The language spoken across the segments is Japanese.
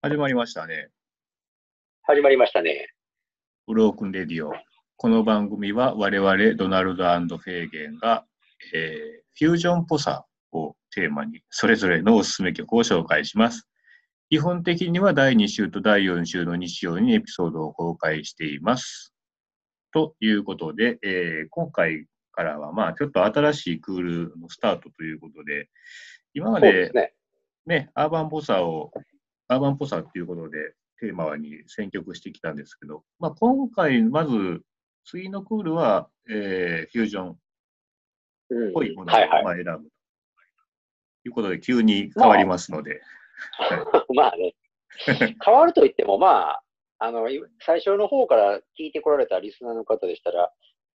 始まりましたね。始まりましたね。ブロークンレディオ。この番組は我々ドナルドフェーゲンが、えーフュージョンっぽさをテーマにそれぞれのおすすめ曲を紹介します。基本的には第2週と第4週の日曜にエピソードを公開しています。ということで、えー今回からはまあちょっと新しいクールのスタートということで、今まそでうですね。ね、アーバンポサを、アーバンポサっていうことでテーマに選曲してきたんですけど、まあ、今回、まず、次のクールは、えーフュージョンっうんぽいものをはいはい。まあ選ぶ。ということで、急に変わりますので、 まあ ね。変わるといっても、まあ、あの、い最初の方から聞いてこられたリスナーの方でしたら、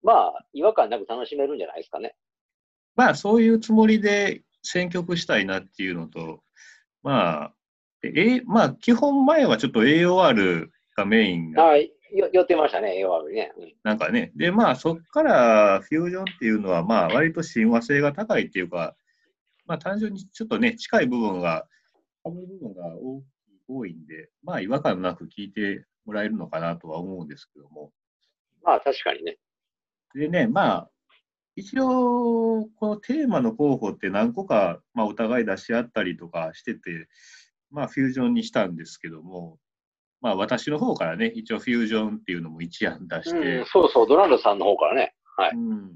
まあ、違和感なく楽しめるんじゃないですかね。まあ、そういうつもりで選曲したいなっていうのと、まあ、えーまあ、基本前はちょっと AOR がメインがはい。よ寄ってましたね、弱るね。うんなんかね、で、まあ、そっからフュージョンっていうのは、まあ、割と親和性が高いっていうか、まあ、単純にちょっとね、近い部分が、被る部分が大きい多いんで、まあ、違和感なく聞いてもらえるのかなとは思うんですけども。まあ、確かにね。でね、まあ、一応、このテーマの候補って何個か、まあ、お互い出し合ったりとかしてて、まあ、フュージョンにしたんですけども、まあ、私の方からね、一応フュージョンっていうのも一案出して、うん、そうそう、ドナルドさんの方からね。うん、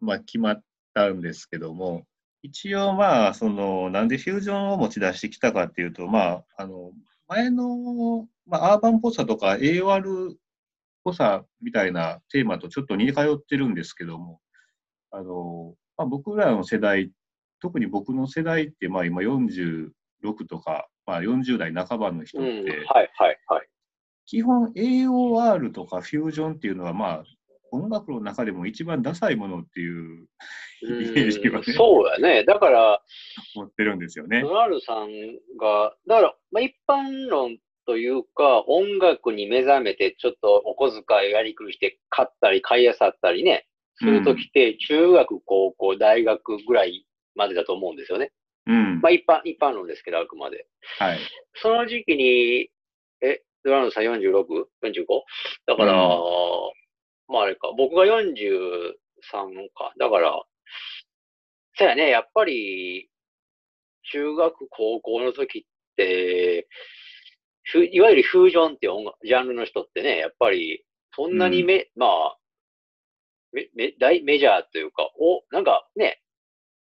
まあ決まったんですけども、一応まあ、その、なんでフュージョンを持ち出してきたかっていうと、まあ、あの、前の、まあ、アーバンっぽさとか AOR っぽさみたいなテーマとちょっと似通ってるんですけども、あの、まあ、僕らの世代、特に僕の世代って、まあ今46とか、まあ40代半ばの人うっん、て、はい、はい、はい。基本 AOR とかフュージョンっていうのはまあ音楽の中でも一番ダサいものっていううん イメージはねそうやね。だから、持ってるんですよね。ドナルドさんが、だから、まあ、一般論というか、音楽に目覚めて、ちょっとお小遣いやりくりして、買ったり、買い漁ったりね、するときって、中学、高校、大学ぐらいまでだと思うんですよね。うん。まあ、一般、一般論ですけど、あくまで。はい。その時期に、え、ドナルドさん 46?45? だから、うんまあ、あれか、僕が43か。だから、そやね、やっぱり、中学、高校の時って、フュいわゆるフュージョンって音楽、ジャンルの人ってね、やっぱり、そんなにめ、まあ、め、め、大、メジャーというか、お、なんかね、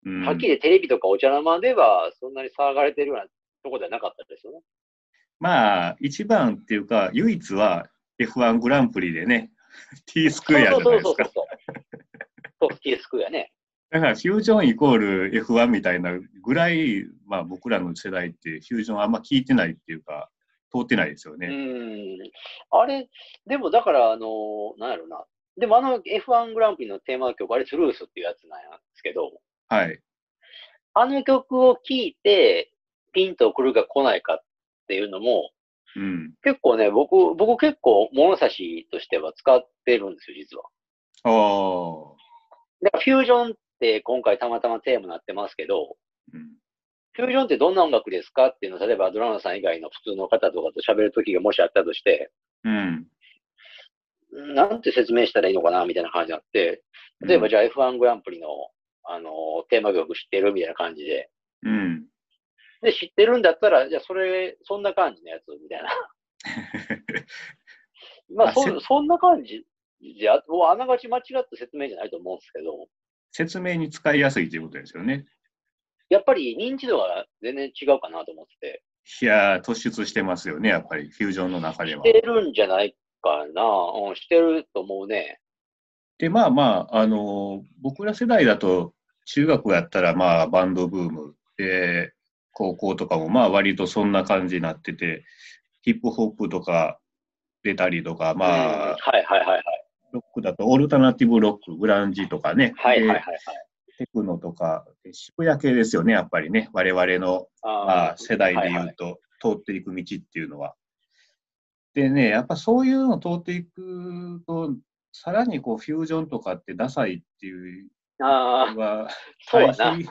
うんはっきりテレビとかお茶の間では、そんなに騒がれてるようなとこではなかったですよね。まあ、一番っていうか、唯一は F1 グランプリでね、T スクエアそじゃなういでそすうそうか。そう。そう、スキースクエアね。だからフュージョンイコール F1 みたいなぐらい、まあ僕らの世代ってフュージョンあんま聞いてないっていうか、通ってないですようね。ん。あれ、でもだから、あの、なんやろな。でもあの F1 グランプリのテーマ曲、あれトゥルースっていうやつなんですけど、はい。あの曲を聴いて、ピンと来るか来ないかっていうのも、うん。結構ね、僕、僕結構物差しとしては使ってるんですよ、実は。ああ。だからフュージョンって今回たまたまテーマになってますけど、うんフュージョンってどんな音楽ですかっていうのを、例えばドラマさん以外の普通の方とかと喋る時がもしあったとして、うん。なんて説明したらいいのかなみたいな感じになって、例えばじゃあ F1 グランプリの、あのーテーマ曲知ってるみたいな感じで、うん。で、知ってるんだったら、じゃあそれ、そんな感じのやつみたいな。 まああ、そせそんな感じじゃ、もうあながち間違った説明じゃないと思うんですけど、説明に使いやすいということですよね。やっぱり認知度が全然違うかなと思っていやー、突出してますよね、やっぱり、フュージョンの中でて、は。してるんじゃないかな、うん、してると思うね。で、まあまあ、あのー僕ら世代だと、中学やったら、まあ、バンドブームで、高校とかも、まあ、割とそんな感じになってて、ヒップホップとか出たりとか、まうあ、んはいはいはいはい。ロックだと、オルタナティブロック、グランジとかね、はいはいはい、はいで。テクノとか、で渋谷系ですよね、やっぱりね、我々のまあ、世代で言はうと、通っていく道っていうのは。でね、やっぱそういうのを通っていくと、さらにこう、フュージョンとかってダサいっていういはい、ああ、のは、 そう対やな。比、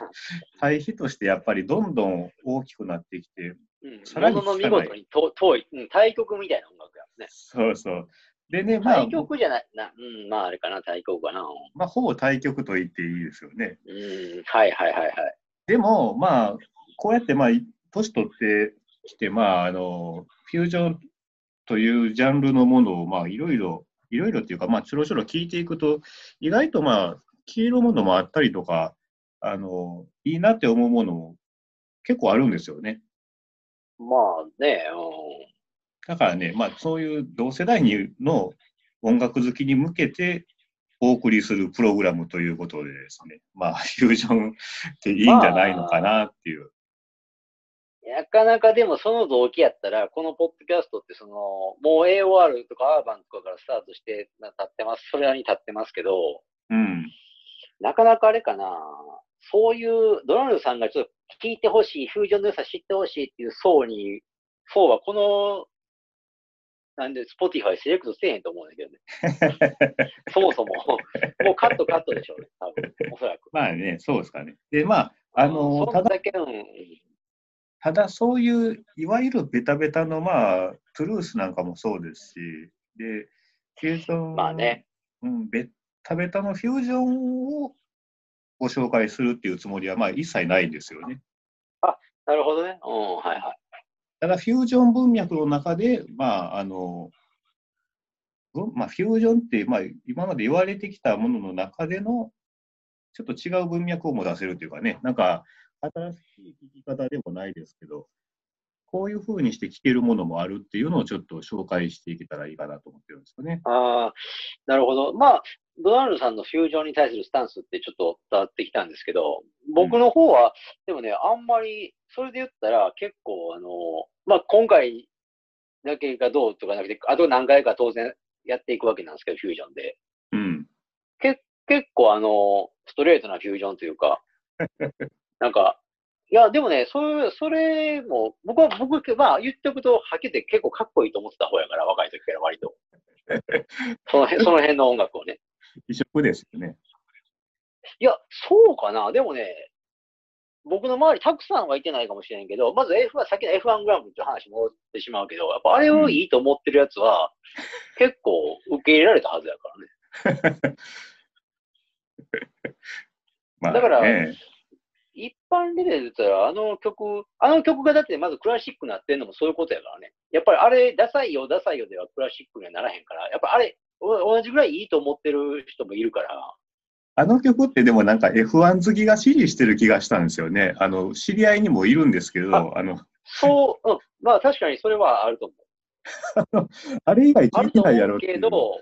対比としてやっぱりどんどん大きくなってきて、うん。さらにものの聞か見ない事にと遠い、うん、対局みたいな音楽やもんね。そうそう。でね、まあ対、局じゃない、なうん、まああれかな、対局かな。うまあ、ほぼ対局と言っていいですよね。ん、はいはいはいはい。でも、まあ、こうやって、まあ、年取ってきて、まあ、あの、フュージョンというジャンルのものを、まあ、いろいろ、いろいろっていうか、まあ、ちょろちょろ聞いていくと、意外と、まあ、消えるものもあったりとか、あの、いいなって思うものも結構あるんですよね。まあね、だからね、まあ、そういう同世代にの音楽好きに向けてお送りするプログラムということでですね、まあ、フュージョンっていいんじゃないのかなっていう。うん。なかなかでもその動機やったら、このポッドキャストってその、もう AOR とかアーバンとかからスタートして、な立ってます。それなりに立ってますけど、うん。なかなかあれかな、そういうドナルドさんがちょっと聞いてほしい、フュージョンの良さ知ってほしいっていう層に、層はこの、なんで、スポティファイセレクトせえへんと思うんだけどね。 そもそも、もうカットカットでしょうね、多分、おそらく。まあね、そうですかね。で、まあ、あの、そたんだ、だけ、うん、ただそういう、いわゆるベタベタの、まあ、トゥルースなんかもそうですし、で、フュージョン、まあね、うん、ベタベタのフュージョンをご紹介するっていうつもりは、まあ、一切ないんですよね。なるほどね。うん、はいはい。ただ、フュージョン文脈の中で、まあ、あの、ぶまあ、フュージョンって、まあ、今まで言われてきたものの中での、ちょっと違う文脈をも出せるというかね、なんか、新しい聞き方でもないですけど、こういうふうにして聞けるものもあるっていうのをちょっと紹介していけたらいいかなと思ってるんですよね。ああ、なるほど。まあ、ドナルドさんのフュージョンに対するスタンスってちょっと伝わってきたんですけど、僕の方は、でもね、あんまり、それで言ったら結構、あの、まあ、今回だけがどうとかなくて、あと何回か当然やっていくわけなんですけど、フュージョンで。うん。結構、あの、ストレートなフュージョンというか、なんか、いや、でもね、それ、それも、僕は、僕、まあ、言っておくと、はっきり言って結構かっこいいと思ってた方やから、若い時から割と。その辺、その辺の音楽をね。異色ですよね。いや、そうかな。でもね、僕の周りたくさんはいてないかもしれんけど、まず F1、さっきの F1 グランプリって話に戻ってしまうけど、やっぱあれをいいと思ってるやつは、結構受け入れられたはずやからね。まあ、だからね、一般レベルで言ったら、あの曲、あの曲がだってまずクラシックになってんのもそういうことやからね。やっぱりあれ、ダサいよ、ダサいよではクラシックにはならへんから、やっぱあれ、お同じぐらいいいと思ってる人もいるから、あの曲ってでもなんか F1 好きが支持してる気がしたんですよね。あの、知り合いにもいるんですけど、あの、 そう、うん、まあ確かにそれはあると思う。あれ以外あ聞いるてとないやろ思っうていけう。ど、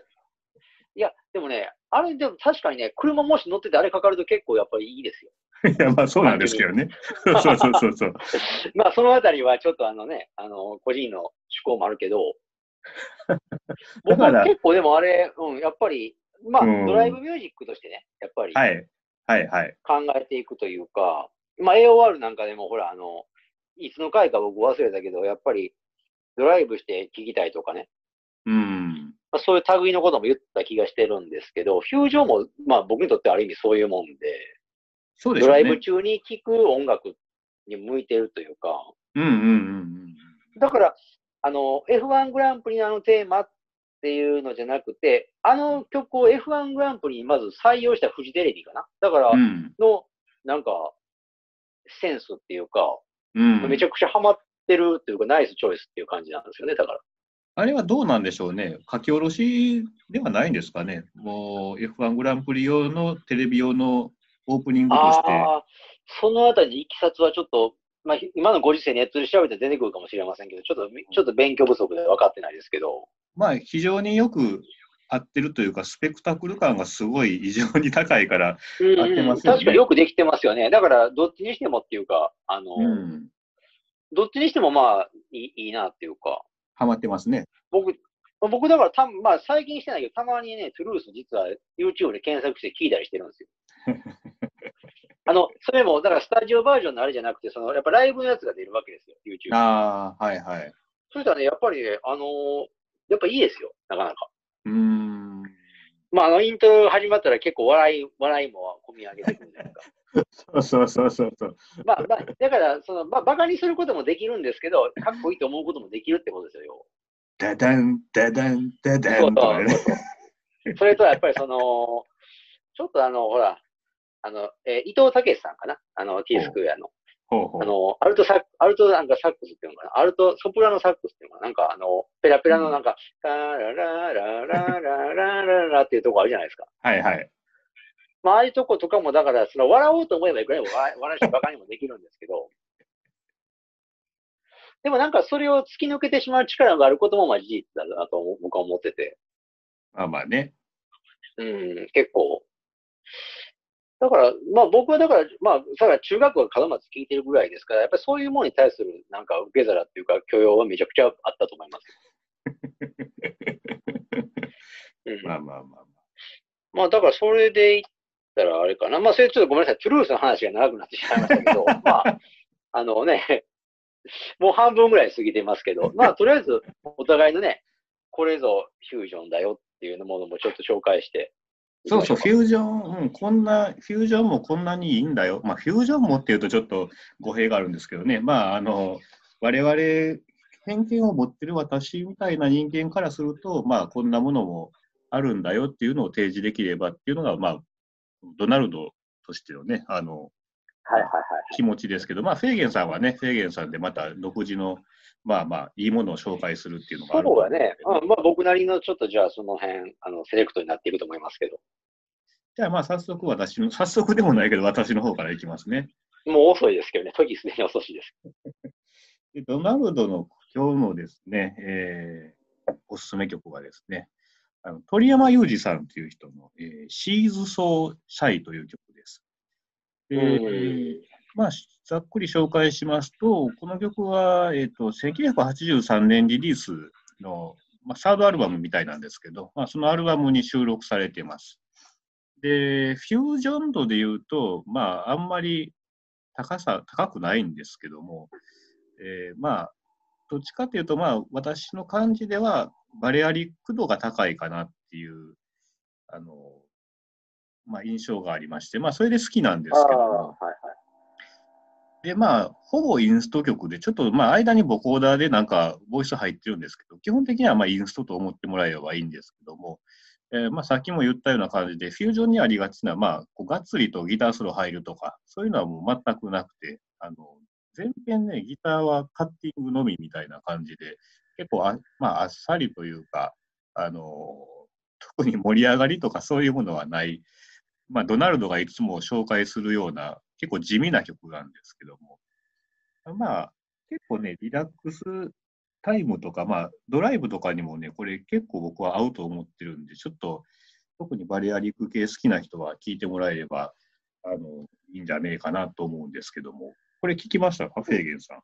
いや、でもね、あれでも確かにね、車もし乗っててあれかかると結構やっぱりいいですよ。 いや、まあそうなんですけど ね。そうそうそうそうそう。まあそのあたりはちょっとあのね、あの、個人の趣向もある けど、だ僕からは結構でもあれ、うん、やっぱり、まあうんドライブミュージックとしてね、やっぱりはい。はいはい。考えていくというか、まあ AOR なんかでもほら、あの、いつの回か僕忘れたけど、やっぱりドライブして聴きたいとかね、うん。まあ、そういう類のことも言った気がしてるんですけど、フュージョンも、まあ僕にとってある意味そういうもんで、そうでしドょうライブね。中に聴く音楽に向いてるというか、うんうんうんだから、あの、F1 グランプリのあのテーマっていうのじゃなくて、あの曲を F1 グランプリにまず採用したフジテレビかな。だからう、ん。の、なんか、センスっていうか、うん。うんめちゃくちゃハマってるというか、ナイスチョイスっていう感じなんですよね、だから。あれはどうなんでしょうね。書き下ろしではないんですかね。もう F1 グランプリ用のテレビ用のオープニングとして。ああ、そのあたりのいきさつはちょっと、まあ、ひ今のご時世ネットで調べて出てくるかもしれませんけど、ちょっと、ちょっと勉強不足で分かってないですけど、まあ非常によく合ってるというか、スペクタクル感がすごい異常に高いから。うん合ってうまん、すよね確かによくできてますよね。だから、どっちにしてもっていうか、あの、うん。どっちにしてもまあ、いいいいなっていうか、ハマってますね。僕、僕だからた、まあ、最近してないけど、たまにね、トゥルース実は YouTube で検索して聞いたりしてるんですよ。あの、それも、だからスタジオバージョンのあれじゃなくて、その、やっぱライブのやつが出るわけですよ、YouTube。ああ、はいはい。そしたらね、やっぱりね、あのーやっぱいいですよ、なかなか。うーん。まあ、あの、イントロ始まったら結構笑い、笑いも込み上げてくるじゃないですか。そうそうそうそうそう。まあ、まあ、だから、その、まあ、バカにすることもできるんですけど、かっこいいと思うこともできるってことですよ、要はダダン、ダダン、ダダンとかね。それとはやっぱりその、ちょっとあの、ほら、あの、えー伊藤武さんかなあの、T スクエアの。ほうほあう。の、アルトサック、アルトなんかサックスっていうのかなアルト、ソプラノサックスっていうのかななんかあの、ペラペラのなんか、タララララララララっていうとこあるじゃないですか。はいはい。まあ、ああいうとことかも、だから、その、笑おうと思えばいくらでも笑い笑いし、バカにもできるんですけど、でもなんか、それを突き抜けてしまう力があることも、まあ、事実だなと僕は思ってて。まあまあね。うん、結構。だから、まあ僕はだから、まあ、だから中学校が門松聞いてるぐらいですから、やっぱりそういうものに対するなんか受け皿っていうか許容はめちゃくちゃあったと思います。 うん、まあまあまあ。まあだからそれで言ったらあれかな。まあそれちょっとごめんなさい。トゥルースの話が長くなってしまいました けど、まあ、あのね、もう半分ぐらい過ぎてますけど、まあとりあえずお互いのね、これぞフュージョンだよっていうものもちょっと紹介していきそまうしょそう、か。フュージョン、うん、こんな、フュージョンもこんなにいいんだよ。まあ、フュージョンもっていうとちょっと語弊があるんですけどね。まあ、あの、我々、偏見を持ってる私みたいな人間からすると、まあ、こんなものもあるんだよっていうのを提示できればっていうのが、まあ、ドナルドとしてのね、あの、はいはいはい。気持ちですけど、まあ、フェーゲンさんはね、フェーゲンさんでまた独自の、まあまあ、いいものを紹介するっていうのがあるとそう思だんでね。うんまあ僕なりのちょっとじゃあその辺、あの、セレクトになっていくと思いますけど。じゃあ、まあ、早速私の、早速でもないけど、私の方からいきますね。もう遅いですけどね。時すでに遅しです。でドナルドの今日のですね、えーおすすめ曲はですね、あの鳥山雄二さんという人の、えーシーズソーシャイという曲です。でうんまあ、ざっくり紹介しますと、この曲は、えー、と1983年リリースの、まあ、サードアルバムみたいなんですけど、まあ、そのアルバムに収録されています。で、フュージョン度で言うと、まあ、あんまり高さ、高くないんですけども、えーまあ、どっちかというと、まあ、私の感じでは、バレアリック度が高いかなっていう、あの、まあ、印象がありまして、まあ、それで好きなんですけども、はいはい。で、まあ、ほぼインスト曲で、ちょっと、まあ、間にボコーダーでなんか、ボイス入ってるんですけど、基本的には、まあ、インストと思ってもらえればいいんですけども、えーまあ、さっきも言ったような感じで、フュージョンにありがちな、まあ、こうがっつりとギターソロ入るとか、そういうのはもう全くなくて、あの、全編ね、ギターはカッティングのみみたいな感じで、結構あ、まあ、あっさりというか、あの、特に盛り上がりとかそういうものはない、まあ、ドナルドがいつも紹介するような、結構地味な曲なんですけども、まあ、結構ね、リラックスタイムとか、まあ、ドライブとかにもね、これ結構僕は合うと思ってるんで、ちょっと、特にバリアリック系好きな人は聞いてもらえれば、あの、いいんじゃねえかなと思うんですけども、これ聞きましたか、フェーゲンさん。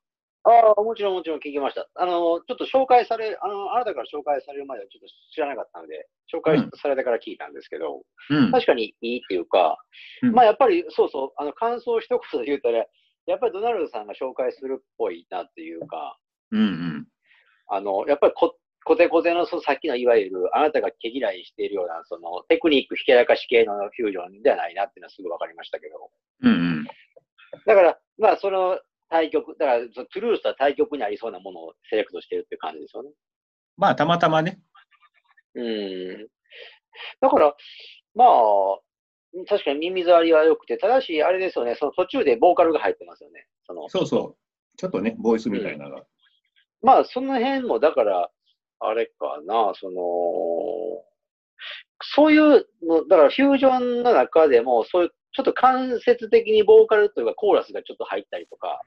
ああ、もちろんもちろん聞きました。あの、ちょっと紹介され、あの、あなたから紹介されるまではちょっと知らなかったので、紹介うんされてから聞いたんですけど、うん。確かにいいっていうか、うんまあやっぱりそうそう、あの、感想を一言で言ったら、やっぱりドナルドさんが紹介するっぽいなっていうか、うんうん。あの、やっぱりこ、コテコテの、そのさっきのいわゆる、あなたが毛嫌いしているような、その、テクニックひけらかし系のフュージョンではないなっていうのはすぐ分かりましたけど。うんうん。だから、まあ、その対局、だから、そのトゥルースとは対局にありそうなものをセレクトしてるっていう感じですよね。まあ、たまたまね。うん。だから、まあ、確かに耳障りは良くて、ただし、あれですよね、その途中でボーカルが入ってますよね。その、そうそう。ちょっとね、ボイスみたいなのが。まあ、その辺も、だから、あれかな、その、そういうの、だからフュージョンの中でも、そういう、ちょっと間接的にボーカルというかコーラスがちょっと入ったりとか、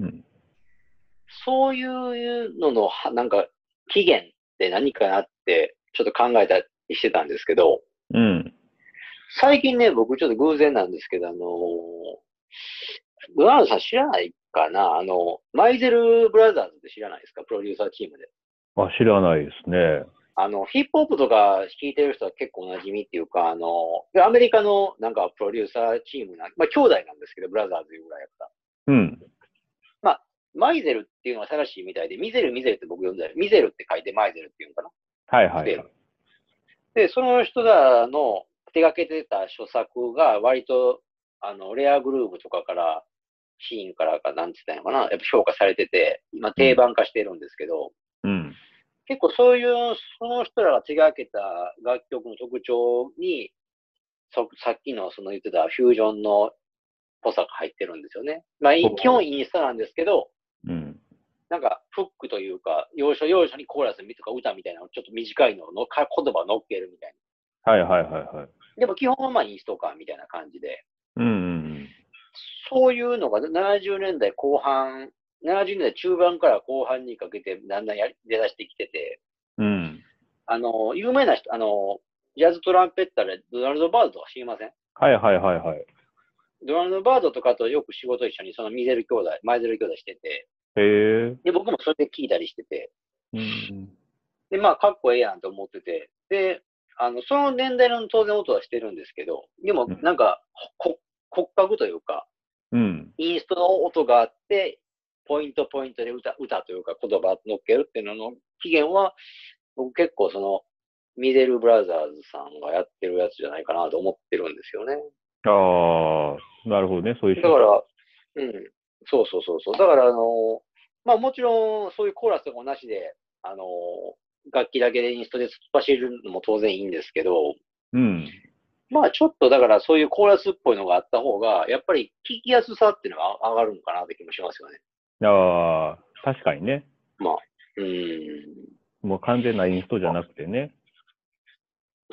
うんそういうのの、はなんか、起源って何かなって、ちょっと考えたりしてたんですけど、うん。最近ね、僕ちょっと偶然なんですけど、あのー、ドナルドさん知らないかなあの、マイゼルブラザーズって知らないですかプロデューサーチームで。あ、知らないですね。あの、ヒップホップとか弾いてる人は結構おなじみっていうか、あの、でアメリカのなんかプロデューサーチームな、まあ兄弟なんですけど、ブラザーズいうぐらいやった。うん。マイゼルっていうのは正しいみたいで、ミゼル、ミゼルって僕呼んだよ。ミゼルって書いてマイゼルっていうのかな。はいはでい。で、その人らの手掛けてた著作が割とあの、レアグルーブとかから、シーンからか、なんつったんやかな、やっぱ評価されてて、今定番化してるんですけど、うん。結構そういう、その人らが手がけた楽曲の特徴に、そさっきのその言ってたフュージョンのっぽさが入ってるんですよね。まあ、いほう基本インスタなんですけど、うん。なんかフックというか、要所要所にコーラスとか歌みたいなのをちょっと短いのをのか言葉を乗っけるみたいはいはいはいはい。な。でも基本はまあインストかみたいな感じで。うんうんそういうのが70年代後半、70年代中盤から後半にかけてだんだんやり出だしてきてて、うん。うん。あの、有名な人、あの、ジャズトランペッターでドナルド・バードとか知りませんはいはいはいはい。ドナルド・バードとかとよく仕事一緒にそのミゼル兄弟、マイゼル兄弟してて、へえ。で、僕もそれで聞いたりしてて、うんで、まあ、かっこええやんと思ってて、で、あの、その年代の当然音はしてるんですけど、でもなんか、こ骨格というか、うん。インストの音があって、ポイントポイントで歌歌というか言葉乗っけるっていうのの起源は、僕結構その、ミゼルブラザーズさんがやってるやつじゃないかなと思ってるんですよね。ああ、なるほどね。そういうだから、うん、そうそうそうそう。だから、あの、まあもちろんそういうコーラスとかもなしで、あの、楽器だけでインストで突っ走るのも当然いいんですけど、うん。まあちょっとだからそういうコーラスっぽいのがあった方が、やっぱり聞きやすさっていうのが上がるのかなって気もしますよね。ああ、確かにね。うん。もう完全なインストじゃなくてね。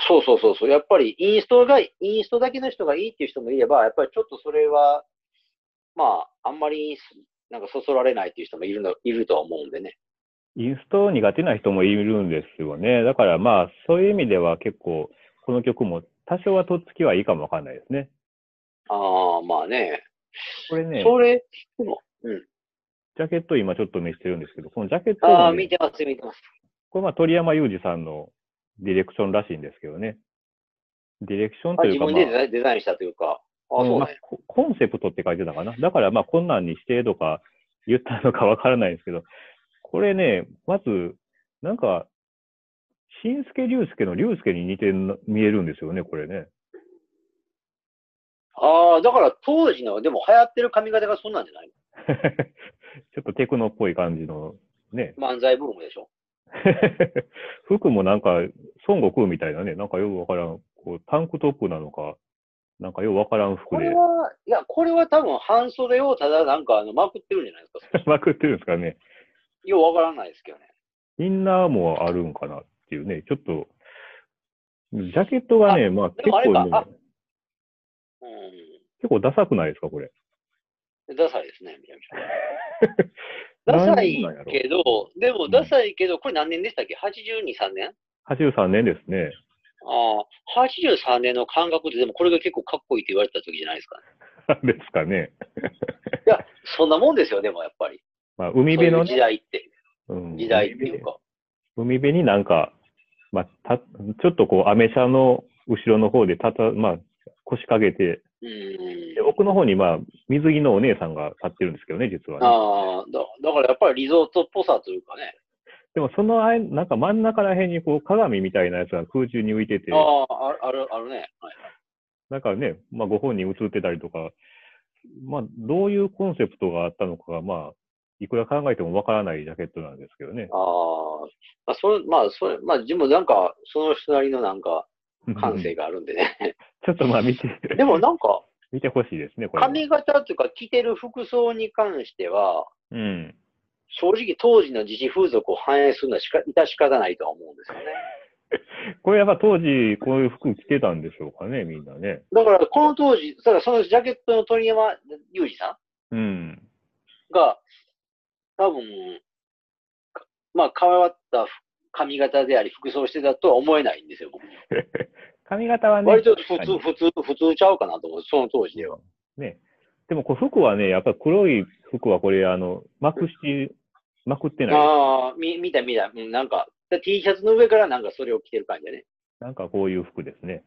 そうそうそうそう。やっぱりインストが、インストだけの人がいいっていう人もいれば、やっぱりちょっとそれは、まあ、あんまり、なんかそそられないっていう人もいるの、いるとは思うんでね。インスト苦手な人もいるんですよね。だからまあ、そういう意味では結構、この曲も多少はとっつきはいいかもわかんないですね。ああ、まあね。これね、それ、ジャケット今ちょっと見せてるんですけど、このジャケットあもあ、ね、見てます、見てます。これまあ鳥山雄二さんのディレクションらしいんですけどね。ディレクションあとい自うか、分まあでデザインデザインしたというか。ああ、うそんうまねあ。ココンセプトって書いてたかな。だからまあこんなんにしてとか言ったのかわからないんですけど、これね、まず、なんか、新助龍介の龍介に似てるの見えるんですよね、これね。 ああ、だから当時の、でも流行ってる髪型がそんなんじゃないちょっとテクノっぽい感じのね。 漫才ブームでしょ。服もなんか、孫悟空みたいなね、なんかよくわからん、こうタンクトップなのか、なんかよくわからん服こでれは、いや、これは多分半袖をただなんかあのまくってるんじゃないですか。 まくってるんですかね。ようわからないですけどね。インナーもあるんかなっていうね、ちょっと、ジャケットがね、まあ結でもあれか構ね、あ結構ダサくないですか、これ。うん。ダサいですね、めちゃめちゃ。ダ サいなんなんやろけど、でもんダサいけど、これ何年でしたっけ ?82、3年83年ですね。 ああ、83年の感覚で、でもこれが結構かっこいいって言われた時じゃないですか、ね。ですかね。いや、そんなもんですよ、でもやっぱり。まあ、そう海辺いのう時ね、代って、うん時代っていうか。海辺になんか、まあ、たちょっとこう、アメ車の後ろの方でたた、まあ、腰掛けて、うんで。奥の方に、まあ、水着のお姉さんが立ってるんですけどね、実はね、ああだ、だからやっぱりリゾートっぽさというかね。でも、そのあい、なんか真ん中ら辺に、こう、鏡みたいなやつが空中に浮いてて、ああ、あるあるあるね。はいなんかね、まあ、ご本人映ってたりとか、まあ、どういうコンセプトがあったのかが、まあ、いくら考えてもわからないジャケットなんですけどね。ああ、まあ、それ、まあ、それ、まあ、自分もなんか、その人なりのなんか、感性があるんでね。 ちょっとまあ見て、でもなんか、見てほしいですね、これは。髪型というか着てる服装に関しては、うん。正直当時の自治風俗を反映するのはしか致し方ないとは思うんですよね。これやっぱ当時、こういう服着てたんでしょうかね、みんなね。だからこの当時、だからそのジャケットの鳥山裕二さうん。 んが、多分、かまあ変わった服髪型であり服装してたとは思えないんですよ、僕髪型はね、割と確普か通、に普通、普通ちゃうかなと思う、その当時では。ね。でもこれ服はね、やっぱ黒い服はこれ、あの、まくし、まくってない。ああ、み見た見た、うん、なんか、で T シャツの上からなんかそれを着てる感じだね。なんかこういう服ですね。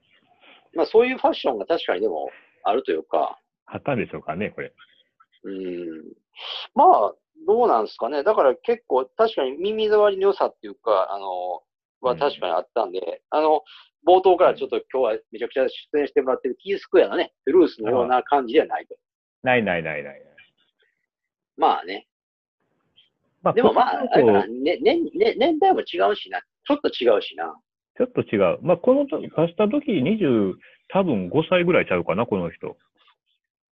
まあそういうファッションが確かにでもあるというか、あったんでしょうかね、これ。うんまあ、どうなんですかね。だから結構、確かに耳障りの良さっていうか、あの、は確かにあったんで、あの、冒頭からちょっと今日はめちゃくちゃ出演してもらってる T スクエアのね、トゥルースのような感じではないと。ないないないない。まあね。まあ、でもまあ、あれかこのなとね年ね年代も違うしな。ちょっと違うしな。ちょっと違う。まあ、このと出した時20、多分5歳ぐらいちゃうかな、この人。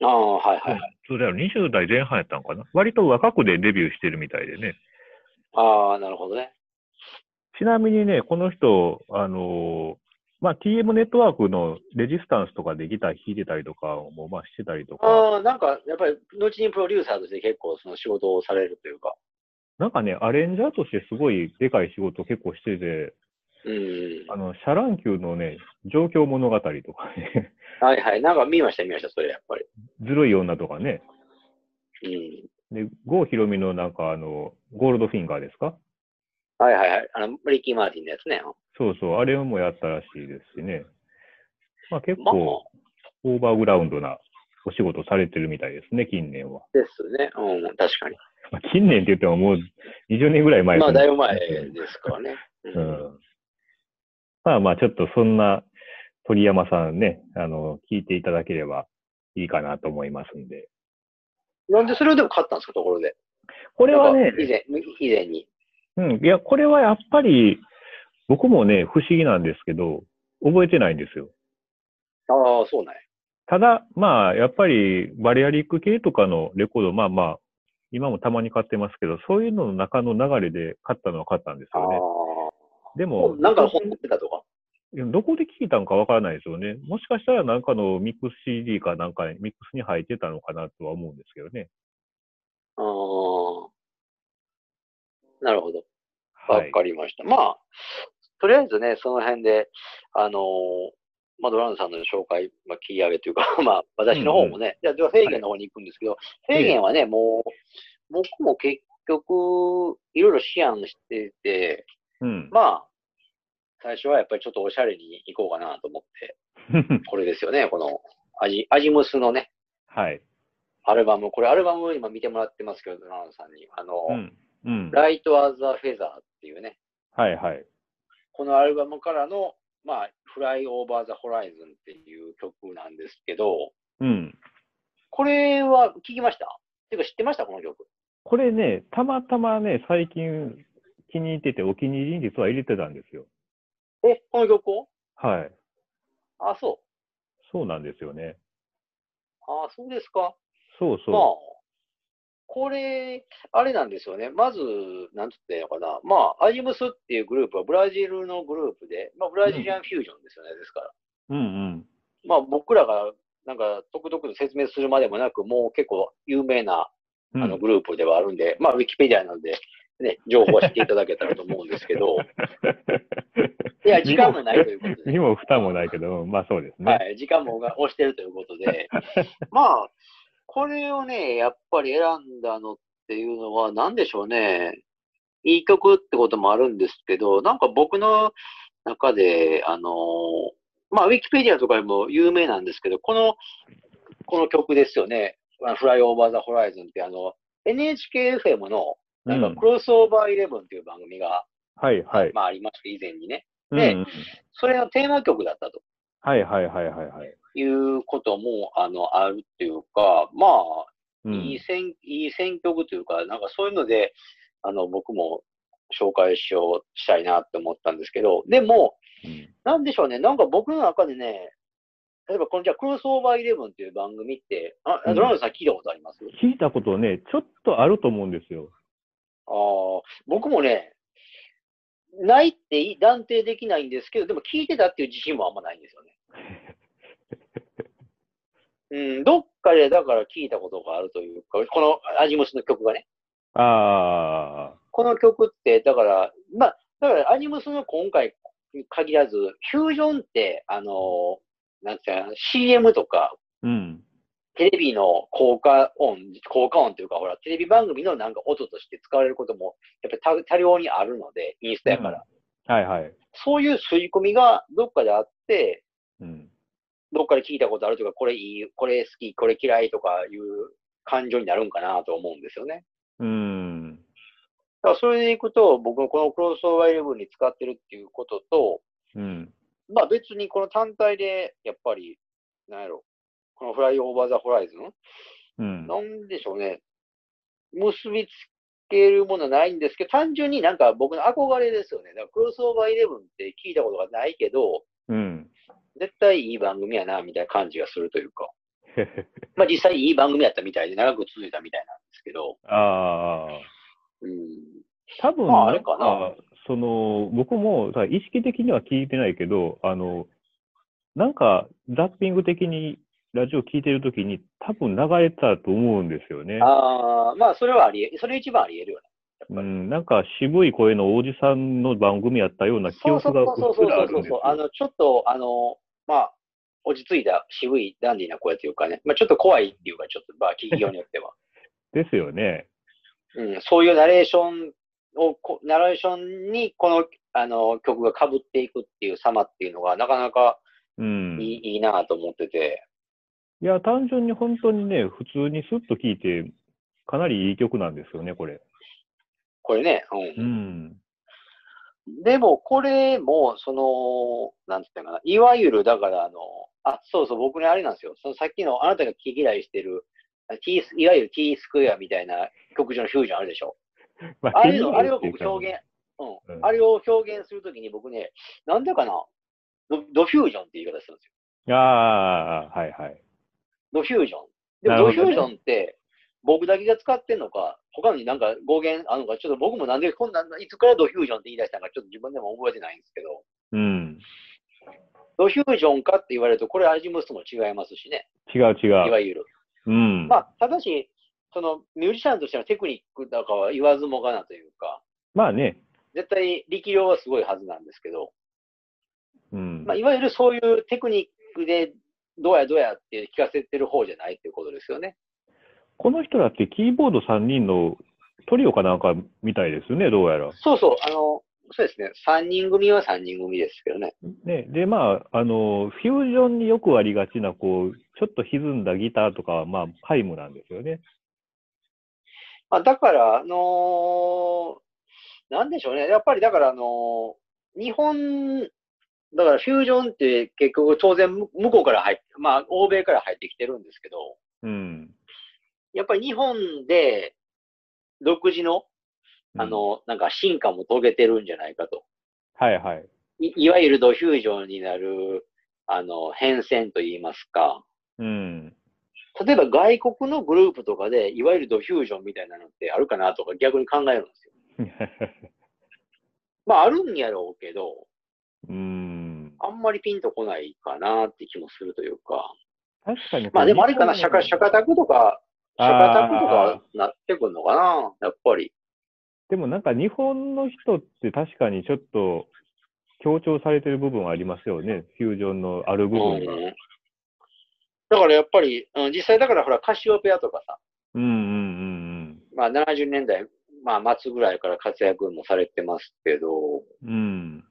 ああ、はいはいはい。そうだよ、20代前半やったんかな。割と若くでデビューしてるみたいでね。ああ、なるほどね。ちなみにね、この人、あのーまあ、TM ネットワークのレジスタンスとかでギター弾いてたりとかも、まあ、してたりとか、ああ、なんか、やっぱり、後にプロデューサーとして結構その仕事をされるというか。なんかね、アレンジャーとしてすごいでかい仕事結構してて、うん。あの、シャラン級のね、状況物語とかね、 はいはい。なんか見ました見ました、それやっぱり。ずるい女とかね、うん。で、郷ひろみのなんかあの、ゴールドフィンガーですかはいはいはい。あの、リッキー・マーティンのやつね。そうそう、あれもやったらしいですしね。まあ結まあ、構、オーバーグラウンドなお仕事されてるみたいですね、近年は。ですね。うん、確かに。まあ、近年って言ってももう20年ぐらい前まあ、ですねだいぶ前ですからね。う。うんん。まあまあ、ちょっとそんな鳥山さんね、あの、聞いていただければいいかなと思いますんで。なんでそれをでも買ったんですか、ところで。ここれはね、以前、以前に。うん、いや、これはやっぱり、僕もね、不思議なんですけど、覚えてないんですよ。ああ、そうなんや。ただ、まあ、やっぱりバリアリック系とかのレコード、まあまあ、今もたまに買ってますけど、そういうのの中の流れで買ったのは買ったんですあよね。あ。でも、なんか本出てたとか。どこで聞いたのかわからないですよね。もしかしたらなんかのミックス CD かなんかに、ミックスに入ってたのかなとは思うんですけどね。ああ。なるほど。はわい。かりました。まあ、とりあえずね、その辺で、あのーまあ、ドラムさんの紹介、まあ、切り上げというか、 まあ、私の方もね、じゃあ、では、フェーゲンの方に行くんですけど、いフェーゲンはね、もう、僕も結局、いろいろ思案してて、うん。まあ、最初はやっぱりちょっとおしゃれに行こうかなと思って、これですよね、この、アジ、アジムスのね、 はい。アルバム、これアルバムを今見てもらってますけど、ドラムさんに、あのうー、ん。うん。ライト・アザ・フェザーっていうね、はいはい。このアルバムからの、まあ、フライオーバーザホライズンっていう曲なんですけど、うん。これは聞きましたていうか知ってましたこの曲。これね、たまたまね、最近気に入ってて、お気に入りに実は入れてたんですよ。え、この曲をはい。あ、そそうなんですよね。う。あ、そうですか。そうそう。まあ、これ、あれなんですよね。まず、なんつったらいいのかな。まあ、アジムスっていうグループはブラジルのグループで、まあ、ブラジリアンフュージョンですよね。ですから。うんうん。まあ、僕らが、なんか、とくとくと説明するまでもなく、もう結構有名なうんあのグループではあるんで、まあ、ウィキペディアなんで、ね、情報は知っていただけたらと思うんです けど、いや、時間もないということで、身も蓋もないけど、まあそうですね。はい、時間も押してるということで、 まあ、これをね、やっぱり選んだのっていうのは、なんでしょうね、いい曲ってこともあるんですけど、なんか僕の中で、あの、まあ、ウィキペディアとかでも有名なんですけど、この、この曲ですよね、フライオーバーザホライズンって、あの、NHKFM の、なんかうんクロスオーバーイレブンっていう番組が、はいはい。まあありまして、以前にね。うんうんそれのテーマ曲だったとはいはいはいはいはい。いうことも、あの、あるっていうか、まあ、うんいい選、いい選曲というか、なんかそういうので、あの、僕も紹介しよう、したいなって思ったんですけど、でも、うんなんでしょうね、なんか僕の中でね、例えばこのじゃあクロスオーバーイレブンっていう番組って、あ、うんドラムさん聞いたことあります、あ聞いたことね、ちょっとあると思うんですよ。あ、僕もね、ないってい断定できないんですけど、でも聞いてたっていう自信もあんまないんですよね。うん、どっかでだから聞いたことがあるというか、このアジムスの曲がね。ああ、この曲って、だから、まあ、だからアニムスの今回に限らず、フュージョンって、あの、なんていうかな、CM とか、うん。テレビの効果音、効果音というか、ほら、テレビ番組のなんか音として使われることも、やっぱり多多量にあるので、インスタやから。はいはい。そういう吸い込みがどっかであって、うん。どっかで聞いたことあるとか、これいい、これ好き、これ嫌いとかいう感情になるんかなと思うんですよね。うん。だからそれでいくと、僕のこのクロスオーバーイレブンに使ってるっていうことと、うん。まあ別にこの単体で、やっぱり、なんやろ、このフライオーバーザホライズン、うん。なんでしょうね、結びつけるものないんですけど、単純になんか僕の憧れですよね。だからクロスオーバーイレブンって聞いたことがないけど、うん。絶対いい番組やな、みたいな感じがするというか。 まあ実際いい番組やったみたいで、長く続いたみたいなんですけど、ああ。うん、多分まああれかななんかその僕もさ意識的には聞いてないけど、あのなんかザッピング的にラジオ聞いてるときに、多分流れたと思うんですよね。ああ、まあ、それはありえ、それ一番あり得るよね。やっうぱり。ん、なんか渋い声のおじさんの番組やったような記そうそ憶うがうそうっそすうらそあうるそんうですそうよ。あの、ちょっと、あの、まあ、落ち着いた渋いダンディーな声というかね、まあ、ちょっと怖いっていうか、ちょっと、まあ、企業によっては。ですよね。うん、そういうナレーションをこ、ナレーションにこの、あの、曲が被っていくっていう様っていうのが、なかなかうん、いい,、いいいなと思ってて。や、単純に本当にね、普通にスッと聞いて、かなりいい曲なんですよね、これ。これね、う。うんでも、これも、その、なんて言ったかな、いわゆる、だから、あの、あ、そうそう、僕ね、あれなんですよ。そのさっきの、あなたが聞き嫌いしてる、T、いわゆる T スクエアみたいな曲上のフュージョンあるでしょ。まあれを、あれをっていう僕か表現、うん、うんあれを表現するときに僕ね、なんでかな、ドドフュージョンって言い方するんですよ。ああ、はいはい。ドフュージョン。でも、なるほドどねフュージョンって、僕だけが使ってんのか、他になんか語源あるのか、ちょっと僕もなんでこんなん、いつからドフュージョンって言い出したのか、ちょっと自分でも覚えてないんですけど。うん。ドフュージョンかって言われると、これアジムスとも違いますしね、違う違。いうわゆる。うん。まあ、ただし、そのミュージシャンとしてのテクニックだかは言わずもがなというか、まあね。絶対力量はすごいはずなんですけど、うん。まあ、いわゆるそういうテクニックで、どうやどうやって聞かせてる方じゃないっていうことですよね。この人だってキーボード3人のトリオかなんかみたいですよね、どうやら。そうそう、あの、そうですね、3人組は3人組ですけどね。ね、で、まあ、あの、フュージョンによくありがちな、こう、ちょっと歪んだギターとかは、まあ、皆無なんですよね。まあ、だから、あのーなんでしょうね。やっぱりだから、あのー日本、だからフュージョンって結局当然む向こうから入って、まあ欧米から入ってきてるんですけど、うん。やっぱり日本で独自の、あうん、の、なんか進化も遂げてるんじゃないかと。はいはい。いいわゆるドフュージョンになる、あの、変遷といいますか。うん。 例えば外国のグループとかで、いわゆるドフュージョンみたいなのってあるかなとか逆に考えるんですよ。まああるんやろうけど、うん。あんまりピンとこないかなって気もするというか。確かに。まあでもあれかな、シャカ、シャカタクとか、シャカタクとかなってくるのかな、やっぱり。でもなんか日本の人って確かにちょっと強調されてる部分はありますよね。フュージョンのあるう部分が。ん。だからやっぱり、うん、実際だからほら、カシオペアとかさ、うんうんうんまあ70年代、まあ末ぐらいから活躍もされてますけど、うん。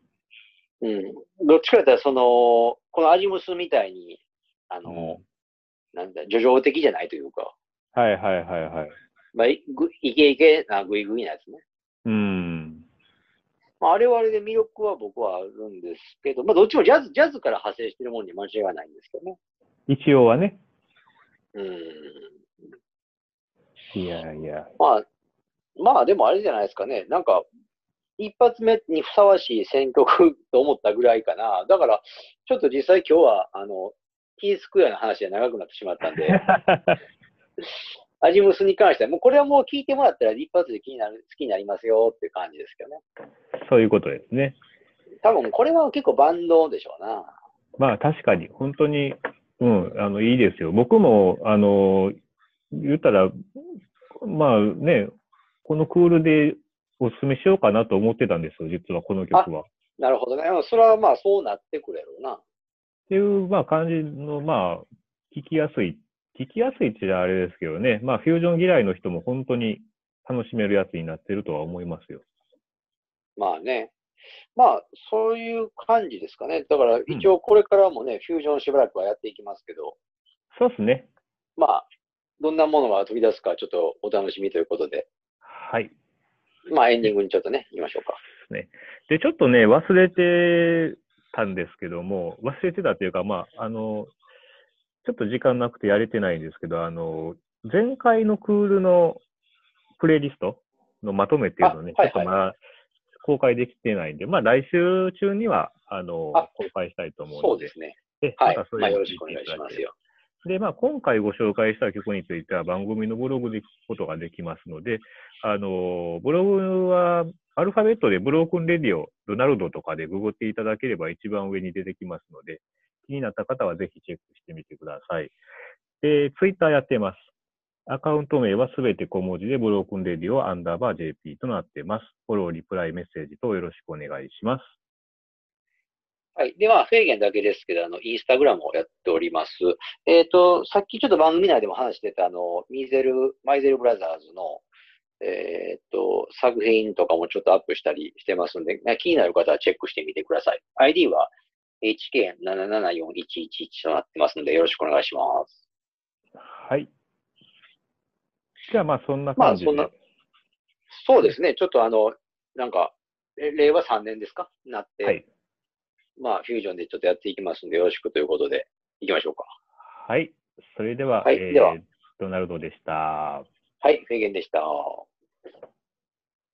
うん。うん。どっちかというと、その、このアジムスみたいに、あの、なんだ、叙情的じゃないというか、はいはいはいはい。まあ、いぐイケイケなグイグイなやつね。うん。まあ、あれはあれで魅力は僕はあるんですけど、まあ、どっちもジャズ、ジャズから派生してるもんに間違いないんですけどね。一応はね。うん。いやいや。まあ、まあ、でもあれじゃないですかね。なんか、一発目にふさわしい選曲と思ったぐらいかな。だから、ちょっと実際今日は、あの、T スクエアの話で長くなってしまった んで、アジムスに関しては、もうこれはもう聞いてもらったら一発で気になる、好きになりますよっていう感じですけどね。 そういうことですね。多分これは結構バンドでしょうな。まあ確かに、本当に、うん、あの、いいですよ。僕も、あの、言ったら、まあね、このクールでお勧めしようかなと思ってたんですよ、実はこの曲は。っなるほどね。うんそれはまあそうなってくれるな。ていう、まあ感じの、まあ、聞きやすい、聞きやすいって言ったらあれですけどね、まあフュージョン嫌いの人も本当に楽しめるやつになってるとは思いますよ。まあね。まあ、そういう感じですかね。だから、一応これからもね、フュージョンしばらくはやっていきますけど、そうですね。まあ、どんなものが飛び出すか、ちょっとお楽しみということで。はい。まあエンディングにちょっとね、言いましょうか。で、ちょっとね、忘れてたんですけども、忘れてたというか、まあ、あの、ちょっと時間なくてやれてないんですけど、あの、前回のクールのプレイリストのまとめっていうのをね、あはいはいちょっとまだ公開できてないんで、まあ、来週中には、あの、あ公開したいと思うそのうで、ですね。ではいまた。そまあれよをろ聞しいくおてい願いたしだまけすればよ。で、まあ、今回ご紹介した曲については番組のブログで聞くことができますので、あの、ブログはアルファベットでブロークンレディオ、ドナルドとかでググっていただければ一番上に出てきますので、気になった方はぜひチェックしてみてください。で、ツイッターやってます。アカウント名はすべて小文字でブロークンレディオアンダーバー JP となってます。フォロー、リプライ、メッセージとよろしくお願いします。はい。では、フェーゲンだけですけど、あの、インスタグラムをやっております。えっ、と、さっきちょっと番組内でも話してた、あの、ミーゼル、マイゼルブラザーズの、えっ、と、作品とかもちょっとアップしたりしてますんで、ね気になる方はチェックしてみてください。ID は HK774111 となってますんで、よろしくお願いします。はい。じゃあまあそんなま感あ、じそで。んな、そうですね。ちょっとあの、なんか、え令和3年ですかなって、はい。まあ、フュージョンでちょっとやっていきますんで、よろしくということで、いきましょうか。はい。それでは、はいえーではドナルドでした。はい、フェーゲンでした。